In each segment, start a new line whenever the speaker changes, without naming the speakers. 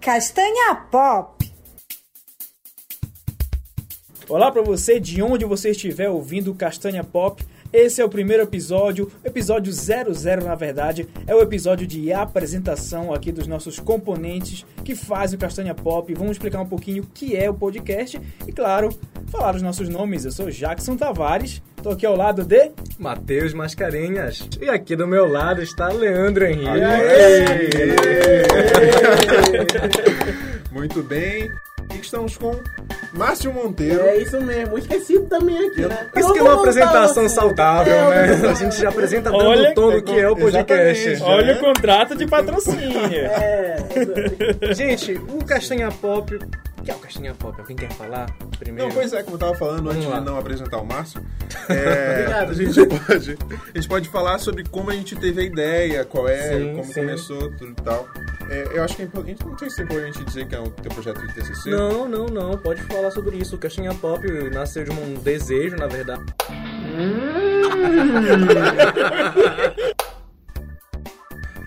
Castanha Pop.
Olá para você de onde você estiver ouvindo o Castanha Pop. Esse é o primeiro episódio, episódio 00 na verdade, é o episódio de apresentação aqui dos nossos componentes que fazem o Castanha Pop. Vamos explicar um pouquinho o que é o podcast e, claro, falar os nossos nomes. Eu sou Jackson Tavares, tô aqui ao lado de...
Matheus Mascarenhas. E aqui do meu lado está Leandro Henrique.
Muito bem. E estamos com Márcio Monteiro.
É isso mesmo, esquecido também aqui, né?
Isso que é
Eu
uma
vou voltar
apresentação
você.
saudável, né? A gente já apresenta dando
Olha-
o tom do que é o podcast.
Exatamente.
Olha o contrato de patrocínio.
É,
Gente, o Castanha Pop... O que é o Castanha Pop? Alguém quer falar primeiro?
Não, pois é, como eu tava falando antes
lá.
de não apresentar o Márcio. é,
Obrigado.
a, gente pode, a gente pode falar sobre como a gente teve a ideia, qual é,
Sim,
como
sim.
começou, tudo e tal. É, eu acho que é importante, não sei se é importante dizer que é o teu projeto de TCC.
Não, não, não. Pode falar sobre isso. O Caixinha Pop nasceu de um desejo, na verdade.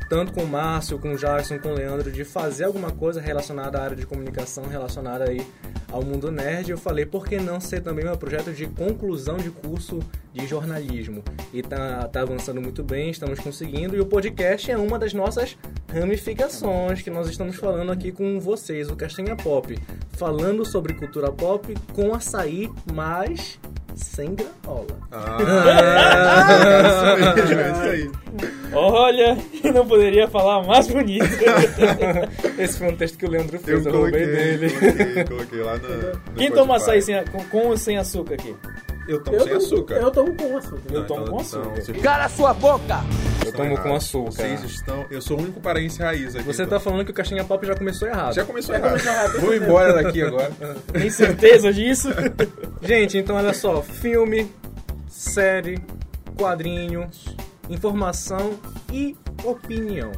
Tanto com o Márcio, com o Jackson, com o Leandro, de fazer alguma coisa relacionada à área de comunicação, relacionada aí ao mundo nerd, eu falei, por que não ser também meu projeto de conclusão de curso de jornalismo? E tá, tá avançando muito bem, estamos conseguindo, e o podcast é uma das nossas ramificações que nós estamos falando aqui com vocês, o Castanha Pop. Falando sobre cultura pop com açaí, mas sem granola.
Ah, é isso mesmo, é isso aí.
Olha, não poderia falar mais bonito.
Esse foi um texto que o Leandro fez,
Eu
eu,
coloquei,
roubei dele.
coloquei, coloquei lá na. no
Quem toma
Spotify.
açaí sem, com, com ou sem açúcar aqui?
Eu tomo
eu
sem
tomo-
açúcar.
Eu tomo com um açúcar.
Eu
Não,
tomo com
então- então
açúcar.
vocês
Cala sua boca!
Eu
estão
tomo com
errados.
açúcar.
Vocês estão. Eu sou o único paraense raiz aqui.
Você
então.
tá falando que o Caixinha Pop já começou errado.
Já começou errado. Vou embora daqui agora.
Tem certeza disso?
Gente, então olha só, filme, série, quadrinho, informação e opinião.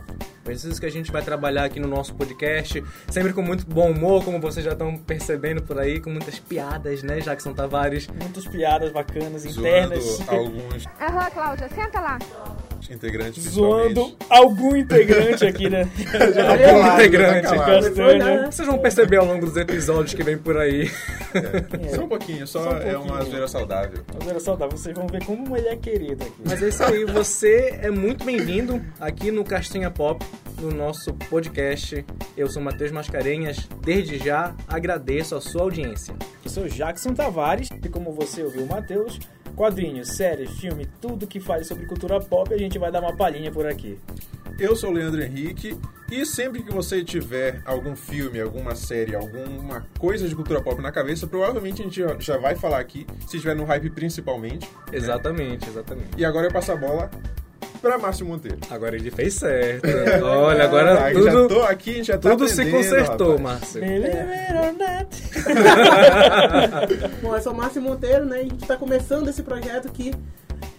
É isso que a gente vai trabalhar aqui no nosso podcast, sempre com muito bom humor, como vocês já estão percebendo por aí, com muitas piadas, né, Jackson Tavares?
Muitas piadas bacanas,
Zoando
internas.
alguns
Aham, Cláudia, senta lá.
integrantes
Zoando algum integrante aqui, né?
Olha lá.
integrante,
tá calado.
Castanha.
Vocês vão perceber ao longo dos episódios que vem por aí.
principalmente. Só um pouquinho, só,
Só um
é
pouquinho.
uma zoeira saudável.
Agora só dá, vocês vão ver como ele é querido aqui.
Mas é isso aí, você é muito bem-vindo aqui no Castanha Pop, no nosso podcast. Eu sou Matheus Mascarenhas, desde já agradeço a sua audiência.
Eu sou Jackson Tavares e como você ouviu o Matheus, quadrinhos, séries, filme, tudo que fale sobre cultura pop, a gente vai dar uma palhinha por aqui.
Eu sou o Leandro Henrique e sempre que você tiver algum filme, alguma série, alguma coisa de cultura pop na cabeça, provavelmente a gente já- já vai falar aqui, se tiver no hype principalmente.
Exatamente, exatamente.
E agora eu passo a bola pra Márcio Monteiro.
Agora ele fez certo. É, Olha, agora
Ah, eu já
tudo,
tô aqui, já tô
tudo se
aprendendo,
consertou,
rapaz.
Márcio.
Believe it or not.
Bom, eu sou o Márcio Monteiro, né? E a gente tá começando esse projeto que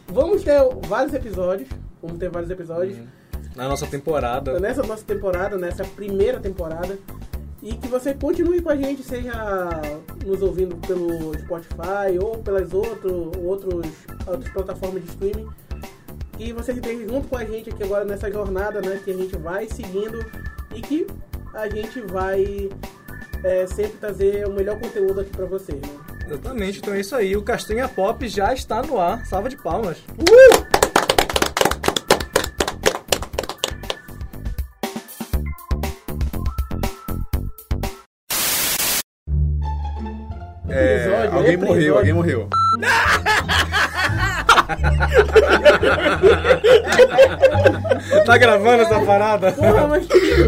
vamos ter vários episódios. Vamos ter vários episódios
Na nossa temporada.
Então, nessa nossa temporada, nessa primeira temporada. E que você continue com a gente, seja nos ouvindo pelo Spotify ou pelas outro, outros, outras plataformas de streaming. Que você esteja junto com a gente aqui agora nessa jornada, né? Que a gente vai seguindo e que a gente vai é, sempre trazer o melhor conteúdo aqui pra vocês, né?
Exatamente, então é isso aí. O Castanha Pop já está no ar. Salva de palmas.
É,
Episódio,
alguém
episódio.
morreu, alguém morreu.
Tá gravando essa parada?
Porra, mas que é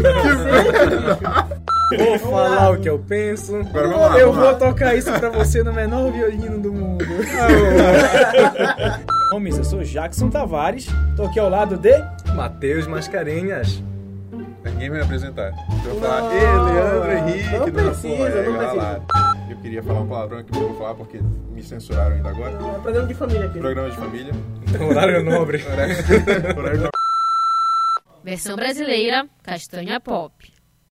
Vou falar o que eu penso.
Agora vamos lá,
eu
vamos
vou
lá.
tocar isso pra você no menor violino do mundo.
Ah,
Homens, Então, eu sou Jackson Tavares, tô aqui ao lado de...
Matheus Mascarenhas.
Ninguém vai me apresentar. Eu vou falar, ei, Leandro Henrique,
não
do
precisa,
Rapola",
não
aí vai
precisa.
lá. Eu queria falar um palavrão que não vou falar porque me censuraram ainda agora.
É um programa de família aqui.
Programa de família.
Horário Então, nobre.
Horário- horário
Versão brasileira, Castanha Pop.